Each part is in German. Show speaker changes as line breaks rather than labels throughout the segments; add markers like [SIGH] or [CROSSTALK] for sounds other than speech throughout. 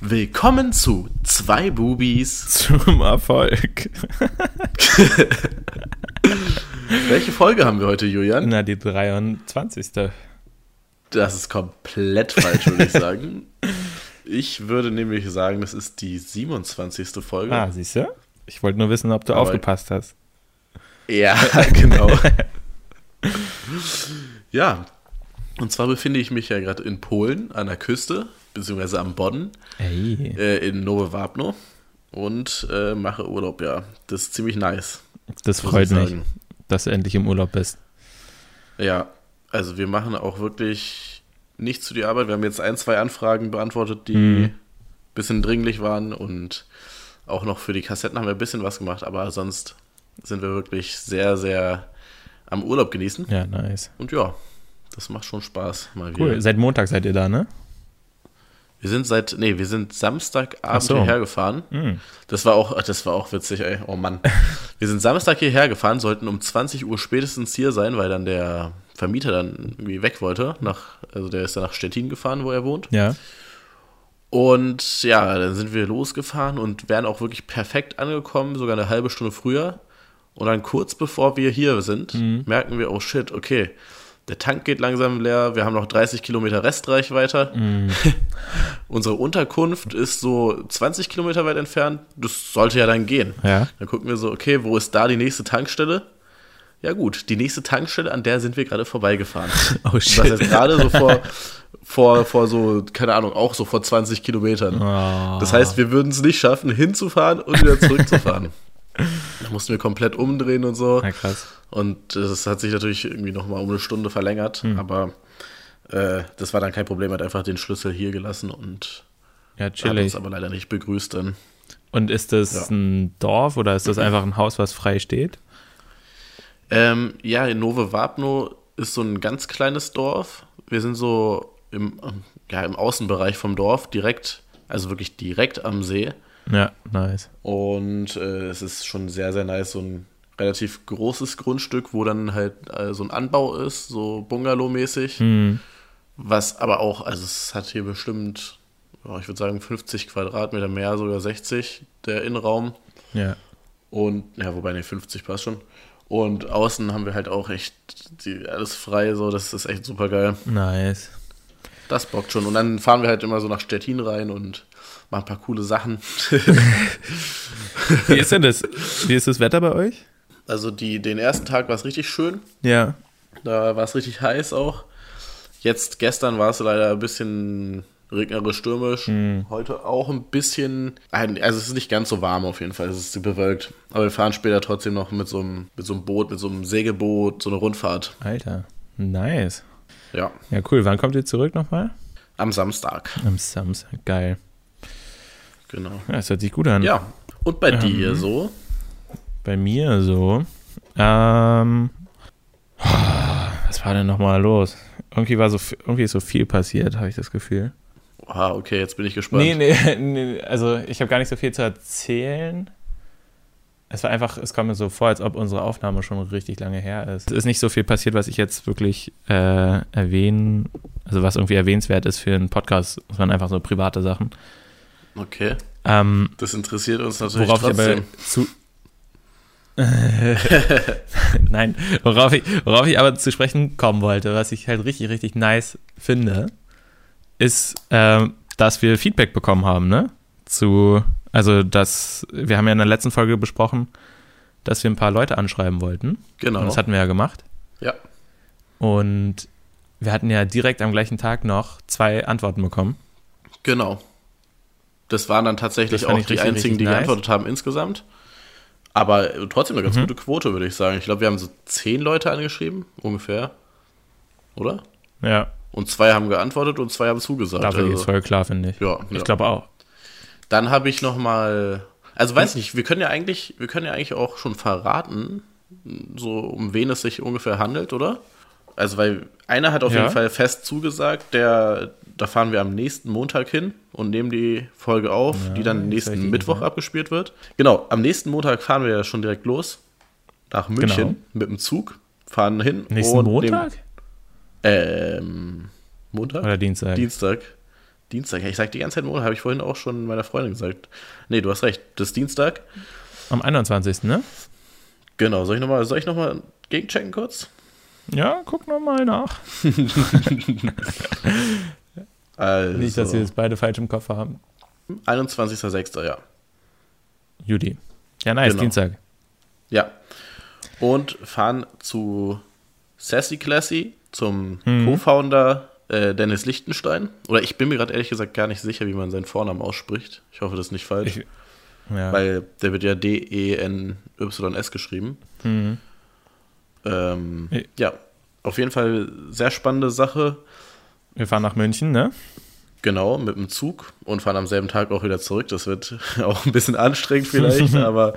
Willkommen zu Zwei Bubis.
Zum Erfolg.
Welche Folge haben wir heute, Julian?
Na, die 23.
Das ist komplett falsch, würde ich sagen. Ich würde nämlich sagen, das ist die 27. Folge.
Ah, siehst du? Ich wollte nur wissen, ob du
Aber-
aufgepasst hast.
Ja, [LAUGHS] genau. ja, und zwar befinde ich mich ja gerade in Polen an der Küste, beziehungsweise am Bodden,
Ey,
äh, in Nowe Wapno und äh, mache Urlaub, ja. Das ist ziemlich nice.
das
muss
freut
ich
mich,
sagen.
dass du endlich im Urlaub bist.
Ja, also wir machen auch wirklich nichts zu die Arbeit. Wir haben jetzt ein, zwei Anfragen beantwortet, die
Mhm.
ein bisschen dringlich waren und auch noch für die Kassetten haben wir ein bisschen was gemacht, aber sonst sind wir wirklich sehr, sehr am Urlaub genießen.
Ja, nice.
Und ja, das macht schon Spaß mal wieder.
Cool. Seit Montag seid ihr da, ne?
Wir sind seit, nee, wir sind Samstagabend
Ach so. Hm.
hierher gefahren. Das war auch, das war auch witzig, ey. Oh
[LAUGHS]
Mann. wir sind Samstag hierher gefahren, sollten um 20 Uhr spätestens hier sein, weil dann der Vermieter dann irgendwie weg wollte. Nach, also der ist dann nach Stettin gefahren, wo er wohnt.
Ja.
Und ja, dann sind wir losgefahren und wären auch wirklich perfekt angekommen, sogar eine halbe Stunde früher. Und dann kurz bevor wir hier sind, merken wir, oh shit, okay, der Tank geht langsam leer, wir haben noch 30 Kilometer Restreichweite. [LAUGHS] Unsere Unterkunft ist so 20 Kilometer weit entfernt, das sollte ja dann gehen.
Ja.
Dann gucken wir so, okay, wo ist da die nächste Tankstelle? Ja gut, die nächste Tankstelle, an der sind wir gerade vorbeigefahren.
Oh
[LAUGHS] Das heißt gerade so vor, vor, vor so, keine Ahnung, auch so vor 20 Kilometern.
Oh.
Das heißt, wir würden es nicht schaffen, hinzufahren und wieder zurückzufahren. da mussten wir komplett umdrehen und so.
Na krass.
Und es hat sich natürlich irgendwie nochmal um eine Stunde verlängert, aber äh, das war dann kein Problem, hat einfach den Schlüssel hier gelassen und
Ja,
hat uns
chillig.
aber leider nicht begrüßt dann.
Und ist das ein Dorf oder ist das einfach ein Haus, was frei steht?
Ähm, ja, in Nove Wapno ist so ein ganz kleines Dorf. Wir sind so im, ähm, ja, im Außenbereich vom Dorf, direkt, also wirklich direkt am See.
Ja, nice.
Und äh, es ist schon sehr, sehr nice, so ein relativ großes Grundstück, wo dann halt äh, so ein Anbau ist, so Bungalow-mäßig.
Hm. Mhm.
Was aber auch, also es hat hier bestimmt, ja, ich würde sagen, 50 Quadratmeter mehr, sogar 60, der Innenraum.
Ja.
Und, ja, wobei, ne, 50 passt schon. Und außen haben wir halt auch echt die, alles frei, so, das ist echt super geil.
[LAUGHS] Nice.
Das bockt schon. Und dann fahren wir halt immer so nach Stettin rein und machen ein paar coole Sachen. [LAUGHS]
Wie ist denn das? Wie ist das Wetter bei euch?
also die, den ersten Tag war es richtig schön.
Ja.
Da war es richtig heiß auch. Jetzt gestern war es leider ein bisschen regnerisch, stürmisch. Heute auch ein bisschen. Also es ist nicht ganz so warm auf jeden Fall. Es ist bewölkt. Aber wir fahren später trotzdem noch mit so einem, mit so einem Boot, mit so einem Segelboot, so eine Rundfahrt.
Alter. Nice.
Ja,
Ja, cool. Wann kommt ihr zurück nochmal?
am Samstag.
Am Samstag. Geil.
Genau.
Ja, das hört sich gut an.
Ja. Und
Ähm.
bei dir so?
Bei mir so. Ähm. Was war denn nochmal los? Irgendwie war so, f- irgendwie ist so viel passiert, habe ich das Gefühl.
Ah, okay, jetzt bin ich gespannt.
Nee, nee, [LAUGHS] nee, also ich habe gar nicht so viel zu erzählen. Es war einfach, es kam mir so vor, als ob unsere Aufnahme schon richtig lange her ist. Es ist nicht so viel passiert, was ich jetzt wirklich äh, erwähnen, also was irgendwie erwähnenswert ist für einen Podcast. Das waren einfach so private Sachen.
Okay.
Ähm,
Das interessiert uns natürlich
Worauf ich aber
trotzdem.
zu. [LAUGHS] Nein, worauf ich, worauf ich aber zu sprechen kommen wollte, was ich halt richtig, richtig nice finde, ist, ähm, dass wir Feedback bekommen haben, ne? Zu, also, dass, wir haben ja in der letzten Folge besprochen, dass wir ein paar Leute anschreiben wollten.
Genau.
Und das hatten wir ja gemacht.
ja.
Und wir hatten ja direkt am gleichen Tag noch zwei Antworten bekommen.
Genau. Das waren dann tatsächlich
Das
auch
fand
die
ich richtig,
einzigen,
richtig
die
nice.
geantwortet haben insgesamt. Aber äh, trotzdem eine
Mhm.
ganz gute Quote, würde ich sagen. Ich glaube, wir haben so zehn Leute angeschrieben, ungefähr. Oder?
Ja,
Und zwei haben geantwortet und zwei haben zugesagt.
dafür ist
also,
voll klar, finde ich.
ja,
Ich
ja.
glaube auch.
Dann habe ich noch mal, also
Hm.
weiß nicht, wir können ja eigentlich, wir können ja eigentlich auch schon verraten, so um wen es sich ungefähr handelt, oder? Also weil einer hat auf
Ja.
jeden Fall fest zugesagt, der, da fahren wir am nächsten Montag hin und nehmen die Folge auf, die dann
das hab ich
nächsten
nicht ne?
Mittwoch abgespielt wird. Genau, am nächsten Montag fahren wir ja schon direkt los nach München
Genau.
mit dem Zug, fahren hin
Nächsten
und
Montag?
Nehmen, ähm, Montag
Oder Dienstag?
Dienstag. Dienstag. Ja, Ich sag die ganze Zeit Montag, habe ich vorhin auch schon meiner Freundin gesagt. Nee, du hast recht. Das ist Dienstag.
Am 21. ne?
Genau, soll ich nochmal noch, mal- soll ich noch mal gegenchecken kurz?
Ja, guck nochmal nach.
Also,
Nicht, dass wir jetzt beide falsch im Kopf haben.
21.06. ja.
Judy. Ja, nice,
Genau.
Dienstag.
Ja. Und fahren zu Sassy Classy, zum
Mhm.
Co-Founder äh, Dennis Lichtenstein. Oder ich bin mir gerade ehrlich gesagt gar nicht sicher, wie man seinen Vornamen ausspricht. Ich hoffe, das ist nicht falsch,
Ich- Ja.
weil der wird ja E D-E-N-Y-S geschrieben.
Mhm.
Ähm,
Ich-
ja, auf jeden Fall sehr spannende Sache.
Wir fahren nach München, ne?
Genau, mit dem Zug und fahren am selben Tag auch wieder zurück. Das wird [LAUGHS] auch ein bisschen anstrengend
[LAUGHS]
vielleicht, aber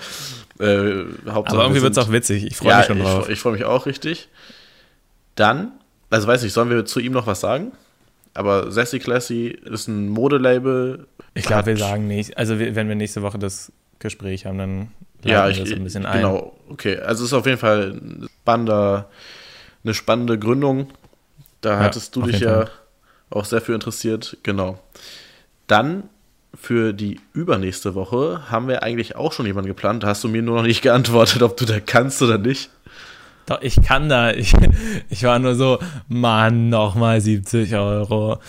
äh, Hauptsache
Aber irgendwie wird es
sind-
auch witzig. Ich freue mich schon
ich,
drauf.
Ich freue mich auch richtig. Dann, also weiß nicht, sollen wir zu ihm noch was sagen? Aber Sassy Classy ist ein Modelabel.
Ich glaube, wir
Hat-
sagen nicht. Also, wir, wenn wir nächste Woche das Gespräch haben, dann leiten
Ja,
wir
ich,
das ein bisschen ein.
genau. Okay, also es ist auf jeden Fall ein spannender, eine spannende Gründung. Da hattest du
auf
dich
jeden
ja
Fall.
auch sehr für interessiert. Genau. Dann für die übernächste Woche haben wir eigentlich auch schon jemanden geplant. Da hast du mir nur noch nicht geantwortet, ob du da kannst oder nicht.
Doch, ich kann da. [LAUGHS] Ich, ich war nur so, Mann, nochmal 70 Euro.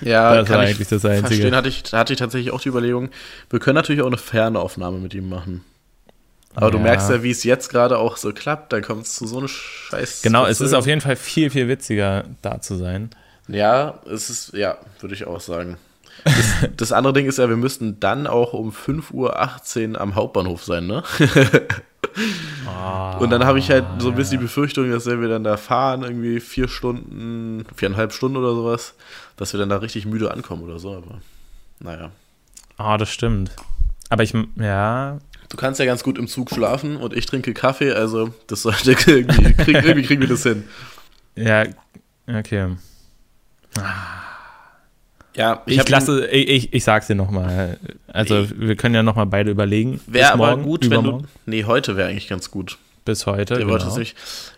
Ja,
Das war
kann ich
eigentlich das Einzige.
Verstehen hatte ich, hatte ich tatsächlich auch die Überlegung. Wir können natürlich auch eine Fernaufnahme mit ihm machen. Aber du
Ja.
merkst ja, wie es jetzt gerade auch so klappt, dann kommt es zu so eine Scheiß.
Genau, es ist auf jeden Fall viel, viel witziger, da zu sein.
Ja, es ist, ja, würde ich auch sagen. Das,
[LAUGHS]
das andere Ding ist ja, wir müssten dann auch um 5.18 Uhr am Hauptbahnhof sein, ne?
Ah,
Und dann habe ich halt so ein bisschen die Befürchtung, dass wenn wir dann da fahren, irgendwie vier Stunden, viereinhalb Stunden oder sowas, dass wir dann da richtig müde ankommen oder so, aber naja.
Ah, das stimmt. Aber ich, ja,
Du kannst ja ganz gut im Zug schlafen und ich trinke Kaffee, also das sollte [LAUGHS] irgendwie, krieg, irgendwie kriegen wir das
[LAUGHS]
hin.
ja, okay.
Ja,
Ich,
hab ihn-
lasse, ich, ich, ich sag's dir nochmal. Also, wir können ja nochmal beide überlegen.
Wäre
Bis
aber
morgen,
gut, wenn du.
übermorgen,
Nee, heute wäre eigentlich ganz gut.
Bis heute.
Der
Genau.
wollte es nämlich.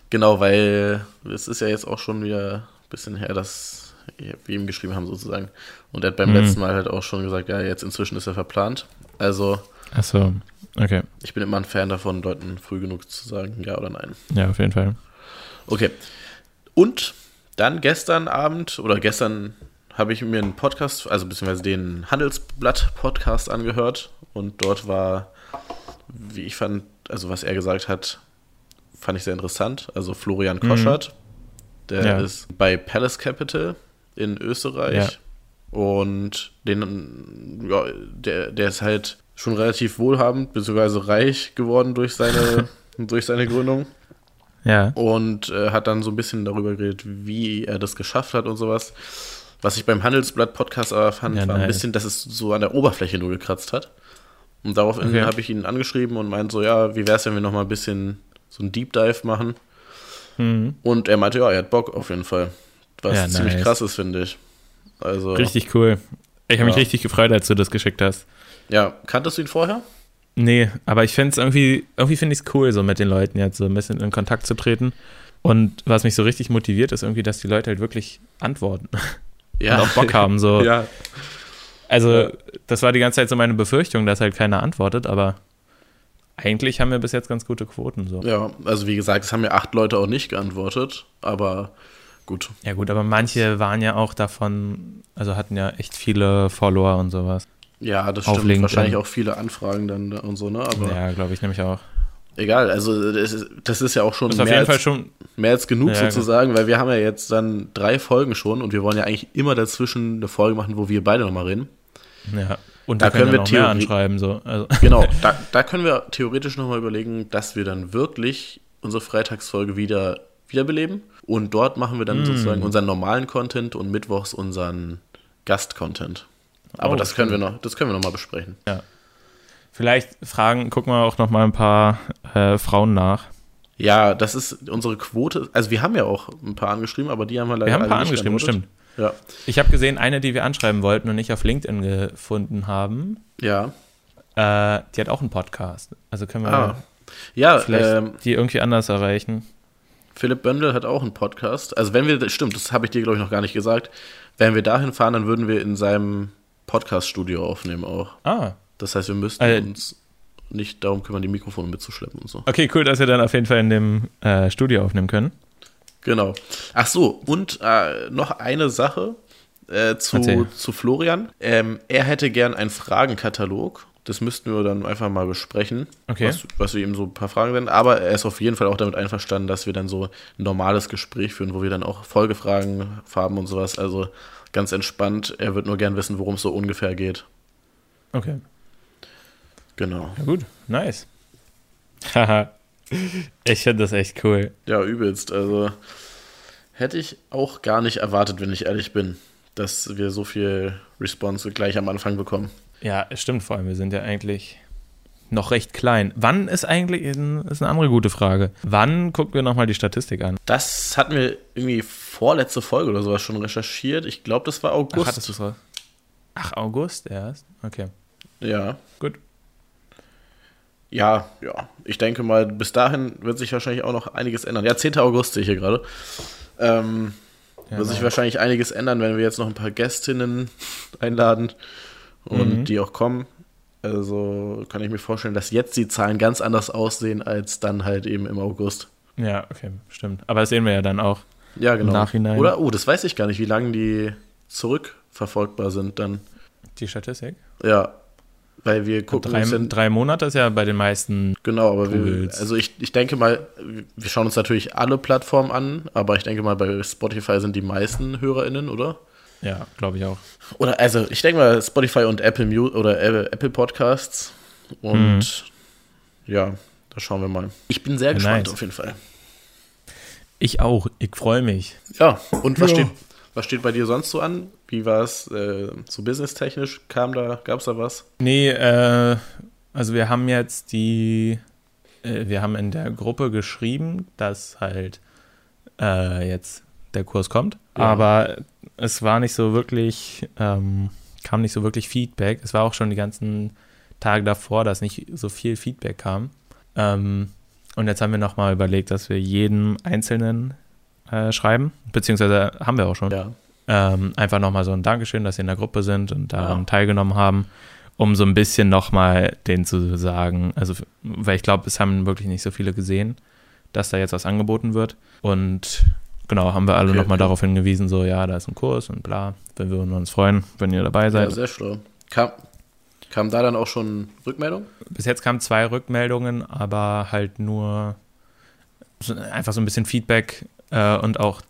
Genau, weil es ist ja jetzt auch schon wieder ein bisschen her, dass wir ihm geschrieben haben, sozusagen. Und er hat beim letzten Mal halt auch schon gesagt, ja, jetzt inzwischen ist er verplant. Also,
Achso, okay.
ich bin immer ein Fan davon, Leuten früh genug zu sagen, ja oder nein.
Ja, auf jeden Fall.
Okay. Und dann gestern Abend oder gestern habe ich mir einen Podcast, also beziehungsweise den Handelsblatt-Podcast angehört und dort war, wie ich fand, also was er gesagt hat, fand ich sehr interessant. Also Florian Koschert, der
Mhm. Ja.
ist bei Palace Capital in Österreich
Ja.
und den, ja, der, der ist halt schon relativ wohlhabend, beziehungsweise reich geworden durch
[LAUGHS]
seine, durch seine Gründung
Ja.
und äh, hat dann so ein bisschen darüber geredet, wie er das geschafft hat und sowas. Was ich beim Handelsblatt-Podcast aber fand,
Ja,
war ein
nice.
bisschen, dass es so an der Oberfläche nur gekratzt hat. Und daraufhin
Okay.
habe ich ihn angeschrieben und meinte so, ja, wie wäre es, wenn wir nochmal ein bisschen so ein Deep Dive machen?
Mhm.
Und er meinte, ja, er hat Bock auf jeden Fall. Was
Ja,
ziemlich
nice.
krass ist, finde ich. Also,
Richtig cool. Ich habe mich
Ja.
richtig gefreut, als du das geschickt hast.
ja, kanntest du ihn vorher?
Nee, aber ich find's irgendwie, irgendwie finde ich's cool, so mit den Leuten jetzt so ein bisschen in Kontakt zu treten. Und was mich so richtig motiviert, ist irgendwie, dass die Leute halt wirklich antworten
Ja.
und auch Bock haben.
[LAUGHS]
So.
ja.
Also, das war die ganze Zeit so meine Befürchtung, dass halt keiner antwortet, aber eigentlich haben wir bis jetzt ganz gute Quoten. So.
ja, also wie gesagt, es haben ja acht Leute auch nicht geantwortet, aber gut.
Ja, gut, aber manche waren ja auch davon, also hatten ja echt viele Follower und sowas.
Ja, das
Auf
stimmt.
LinkedIn.
Wahrscheinlich auch viele Anfragen dann da und so, ne? Aber
Ja, glaube ich nämlich auch.
egal, also das ist, das ist ja auch schon
Ist
mehr,
auf jeden
als,
Fall schon,
mehr als genug
Ja, genau. ja.
sozusagen, weil wir haben ja jetzt dann drei Folgen schon und wir wollen ja eigentlich immer dazwischen eine Folge machen, wo wir beide nochmal reden.
ja. Und
Da
da,
können wir
können, wir noch mehr
Theorie-
anschreiben, so. Also, [LAUGHS]
Genau, da, da können wir theoretisch nochmal überlegen, dass wir dann wirklich unsere Freitagsfolge wieder wiederbeleben und dort machen wir dann
Hm.
sozusagen unseren normalen Content und mittwochs unseren Gast-Content. Aber
Oh,
das können wir noch, das können wir noch mal besprechen.
vielleicht fragen, gucken wir auch noch mal ein paar äh, Frauen nach.
Ja, das ist unsere Quote. Also wir haben ja auch ein paar angeschrieben, aber die haben wir leider
Wir haben ein paar
alle nicht
angeschrieben,
geantwortet.
stimmt. Ich habe gesehen, eine, die wir anschreiben wollten und nicht auf LinkedIn gefunden haben,
Ja, ja.
äh, die hat auch einen Podcast. Also können wir
Ah. Ja,
vielleicht
ähm,
die irgendwie anders erreichen.
Philipp Böndel hat auch einen Podcast. Also wenn wir, stimmt, das habe ich dir, glaube ich, noch gar nicht gesagt. Wenn wir dahin fahren, dann würden wir in seinem Podcast-Studio aufnehmen auch.
Ah.
Das heißt, wir müssten
Also-
uns nicht darum kümmern, die Mikrofone mitzuschleppen und so.
Okay, cool, dass wir dann auf jeden Fall in dem äh, Studio aufnehmen können.
Genau. Ach so, und äh, noch eine Sache äh, zu,
Erzähl.
zu Florian. Ähm, er hätte gern einen Fragenkatalog. Das müssten wir dann einfach mal besprechen,
Okay.
was, was wir ihm so ein paar Fragen werden. Aber er ist auf jeden Fall auch damit einverstanden, dass wir dann so ein normales Gespräch führen, wo wir dann auch Folgefragen haben und sowas. Also ganz entspannt. Er wird nur gern wissen, worum es so ungefähr geht.
Okay.
Genau.
Ja, gut, nice. Haha. ich finde das echt cool.
Ja, übelst. Also hätte ich auch gar nicht erwartet, wenn ich ehrlich bin, dass wir so viel Response gleich am Anfang bekommen.
Ja, es stimmt vor allem. Wir sind ja eigentlich noch recht klein. Wann ist eigentlich, ist eine andere gute Frage. Wann gucken wir nochmal die Statistik an?
Das hatten wir irgendwie vorletzte Folge oder sowas schon recherchiert. Ich glaube, das war August.
hattest du's raus? Ach, August erst? Okay.
ja.
Gut.
Ja, ja. Ich denke mal, bis dahin wird sich wahrscheinlich auch noch einiges ändern. Ja, 10. August sehe ich hier gerade. Ähm,
Ja,
wird sich wahrscheinlich einiges ändern, wenn wir jetzt noch ein paar Gästinnen einladen und
Mhm.
die auch kommen. Also kann ich mir vorstellen, dass jetzt die Zahlen ganz anders aussehen als dann halt eben im August.
ja, okay, stimmt. Aber das sehen wir ja dann auch.
Ja, genau.
Nachhinein.
Oder, oh, das weiß ich gar nicht, wie lange die zurückverfolgbar sind dann.
Die Statistik?
Ja, weil wir gucken
Drei,
uns dann,
drei Monate ist ja bei den meisten.
genau, aber wir,
Googles.
also ich, ich denke mal, wir schauen uns natürlich alle Plattformen an, aber ich denke mal, bei Spotify sind die meisten HörerInnen, oder?
Ja, glaube ich auch.
Oder, also ich denke mal, Spotify und Apple Mu oder Apple Apple Podcasts
Mhm.
und ja, da schauen wir mal. Ich bin sehr gespannt
nice.
auf jeden Fall.
Ich auch. Ich freue mich.
Ja, und was,
Ja.
Steht, was steht bei dir sonst so an? Wie war es äh, so businesstechnisch? Kam da, gab es da was?
Nee, äh, also wir haben jetzt die, äh, wir haben in der Gruppe geschrieben, dass halt äh, jetzt der Kurs kommt,
Ja.
aber es war nicht so wirklich, ähm, kam nicht so wirklich Feedback. Es war auch schon die ganzen Tage davor, dass nicht so viel Feedback kam. Ähm, und jetzt haben wir nochmal überlegt, dass wir jedem Einzelnen äh, schreiben, beziehungsweise haben wir auch schon
Ja.
ähm, einfach nochmal so ein Dankeschön, dass sie in der Gruppe sind und daran
Ja.
teilgenommen haben, um so ein bisschen nochmal denen zu sagen, also, weil ich glaube, es haben wirklich nicht so viele gesehen, dass da jetzt was angeboten wird. Und genau, haben wir alle
Okay,
nochmal
okay.
darauf hingewiesen, so, ja, da ist ein Kurs und bla, wir würden uns freuen, wenn ihr dabei
ja, also
seid.
sehr schlau. Kam, kam da dann auch schon Rückmeldung?
Bis jetzt kamen zwei Rückmeldungen, aber halt nur so, einfach so ein bisschen Feedback äh, und auch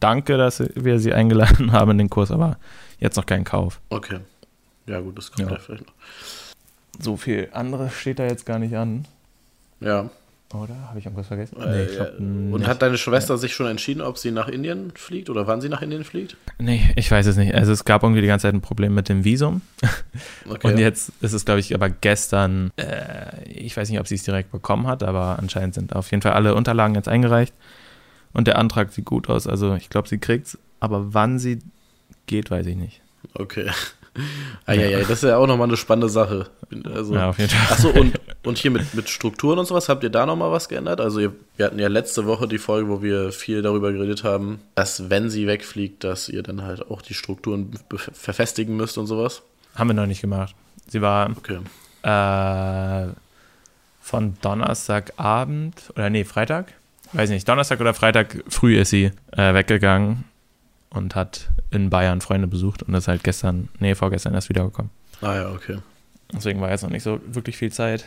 Danke, dass wir sie eingeladen [LAUGHS] haben in den Kurs, aber jetzt noch kein Kauf.
Okay. Ja, gut, das kommt
Ja.
ja, vielleicht noch.
So viel anderes steht da jetzt gar nicht an.
Ja.
Oder? Habe ich irgendwas vergessen?
Äh, ja. Und hat deine Schwester sich schon entschieden, ob sie nach Indien fliegt oder wann sie nach Indien fliegt?
nee, ich weiß es nicht. Also es gab irgendwie die ganze Zeit ein Problem mit dem Visum.
Okay.
Und jetzt ist es, glaube ich, aber gestern, äh, ich weiß nicht, ob sie es direkt bekommen hat, aber anscheinend sind auf jeden Fall alle Unterlagen jetzt eingereicht. Und der Antrag sieht gut aus. Also ich glaube, sie kriegt's. Aber wann sie geht, weiß ich nicht. [LAUGHS]
Okay. Ah, ja, ja, das ist ja auch nochmal eine spannende Sache. Also,
Ja, auf jeden Fall.
Achso,
[LAUGHS]
und, und hier mit, mit Strukturen und sowas, habt ihr da nochmal was geändert? Also, ihr, wir hatten ja letzte Woche die Folge, wo wir viel darüber geredet haben, dass, wenn sie wegfliegt, dass ihr dann halt auch die Strukturen be- verfestigen müsst und sowas.
Haben wir noch nicht gemacht. Sie war
Okay.
äh, von Donnerstagabend oder nee, Freitag, weiß nicht, Donnerstag oder Freitag früh ist sie äh, weggegangen und hat in Bayern Freunde besucht und ist halt gestern, nee, vorgestern erst wiedergekommen.
Ah, ja, okay.
Deswegen war jetzt noch nicht so wirklich viel Zeit.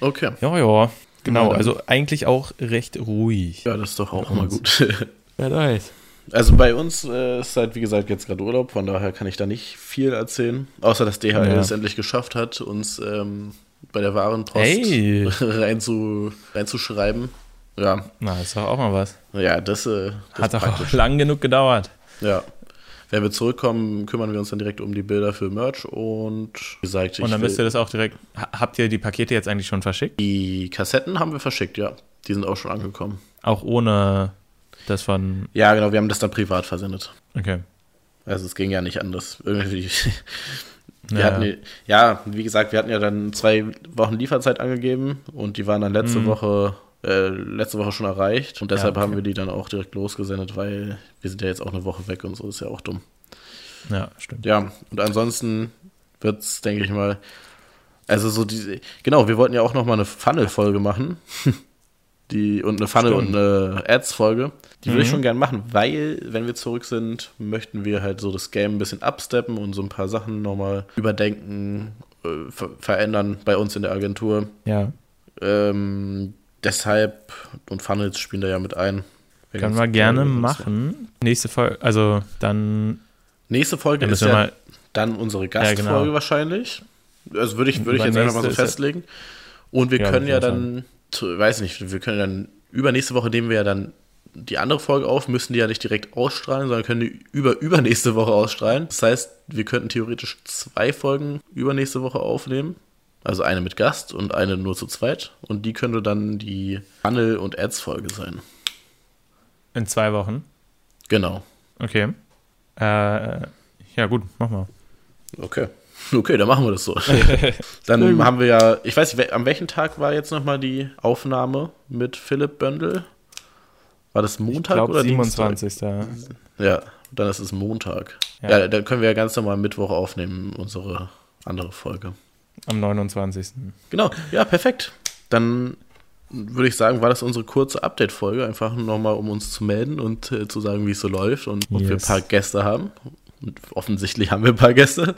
Okay.
Ja, ja. Genau,
Ja, dann-
also eigentlich auch recht ruhig.
Ja, das ist doch auch mal gut.
[LAUGHS] Wer weiß.
Also bei uns äh, ist halt, wie gesagt, jetzt gerade Urlaub, von daher kann ich da nicht viel erzählen. Außer, dass DHL
Ja.
es endlich geschafft hat, uns ähm, bei der Warenpost [LAUGHS]
Hey.
reinzu, reinzuschreiben. Ja,
Na, ist doch auch mal was.
ja, das, äh, das
Hat
ist
doch auch
praktisch.
lang genug gedauert.
Ja. Wenn wir zurückkommen, kümmern wir uns dann direkt um die Bilder für Merch und wie gesagt, ich
Und dann
will,
müsst ihr das auch direkt. ha- Habt ihr die Pakete jetzt eigentlich schon verschickt?
die Kassetten haben wir verschickt, ja. Die sind auch schon angekommen.
Auch ohne das von.
Ja, genau, wir haben das dann privat versendet.
Okay.
Also es ging ja nicht anders. Irgendwie [LAUGHS] Wir
Naja.
hatten, die- ja, wie gesagt, wir hatten ja dann zwei Wochen Lieferzeit angegeben und die waren dann letzte Woche äh, letzte Woche schon erreicht. Und deshalb
Mhm. Ja, okay.
haben wir die dann auch direkt losgesendet, weil wir sind ja jetzt auch eine Woche weg und so, ist ja auch dumm.
Ja, stimmt.
Ja, und ansonsten wird's, denke ich mal, also so diese, genau, wir wollten ja auch nochmal eine Funnel-Folge machen. [LAUGHS] Die, und eine Funnel-
Stimmt.
und eine Ads-Folge. Die würde ich
Mhm.
schon gern machen, weil, wenn wir zurück sind, möchten wir halt so das Game ein bisschen absteppen und so ein paar Sachen nochmal überdenken, äh, ver verändern bei uns in der Agentur.
Ja,
Ähm, deshalb, und Funnels spielen da ja mit ein. Wegen
können
des-
wir gerne
und so.
machen. Nächste Folge, also dann
Nächste Folge
dann
ist
müssen wir
ja
mal.
Dann unsere
Ja,
Gastfolge
genau.
wahrscheinlich. Also würde ich, würde ich jetzt einfach mal
Übernächste
so
ist ja-
festlegen. Und wir
Ja,
können
würde
ja
ich auch
dann, t- weiß nicht, wir können dann übernächste Woche nehmen wir ja dann die andere Folge auf, müssen die ja nicht direkt ausstrahlen, sondern können die über übernächste Woche ausstrahlen. Das heißt, wir könnten theoretisch zwei Folgen übernächste Woche aufnehmen. Also eine mit Gast und eine nur zu zweit. Und die könnte dann die Funnel- und Ads-Folge sein.
In zwei Wochen.
Genau.
Okay. Äh, ja, gut, mach mal.
Okay. [LAUGHS] Okay, dann machen wir das so. Dann haben wir ja, ich weiß nicht, wel- an welchem Tag war jetzt nochmal die Aufnahme mit Philipp Böndel? War das Montag oder Dienstag? Ja, dann ist es Montag. Ja.
Ja.
dann können wir ja ganz normal Mittwoch aufnehmen, unsere andere Folge.
Am 29.
Genau, ja, perfekt. Dann würde ich sagen, war das unsere kurze Update-Folge, einfach nochmal, um uns zu melden und äh, zu sagen, wie es so läuft und ob wir ein
Yes.
paar Gäste haben. Und offensichtlich haben wir ein paar
[LAUGHS]
Gäste.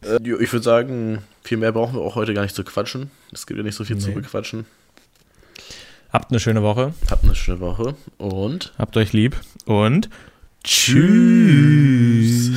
äh, jo, ich würde sagen, viel mehr brauchen wir auch heute gar nicht zu quatschen. Es gibt ja nicht so viel zu
Nee.
bequatschen.
Habt eine schöne Woche.
Habt eine schöne Woche und
Habt euch lieb und tschüss.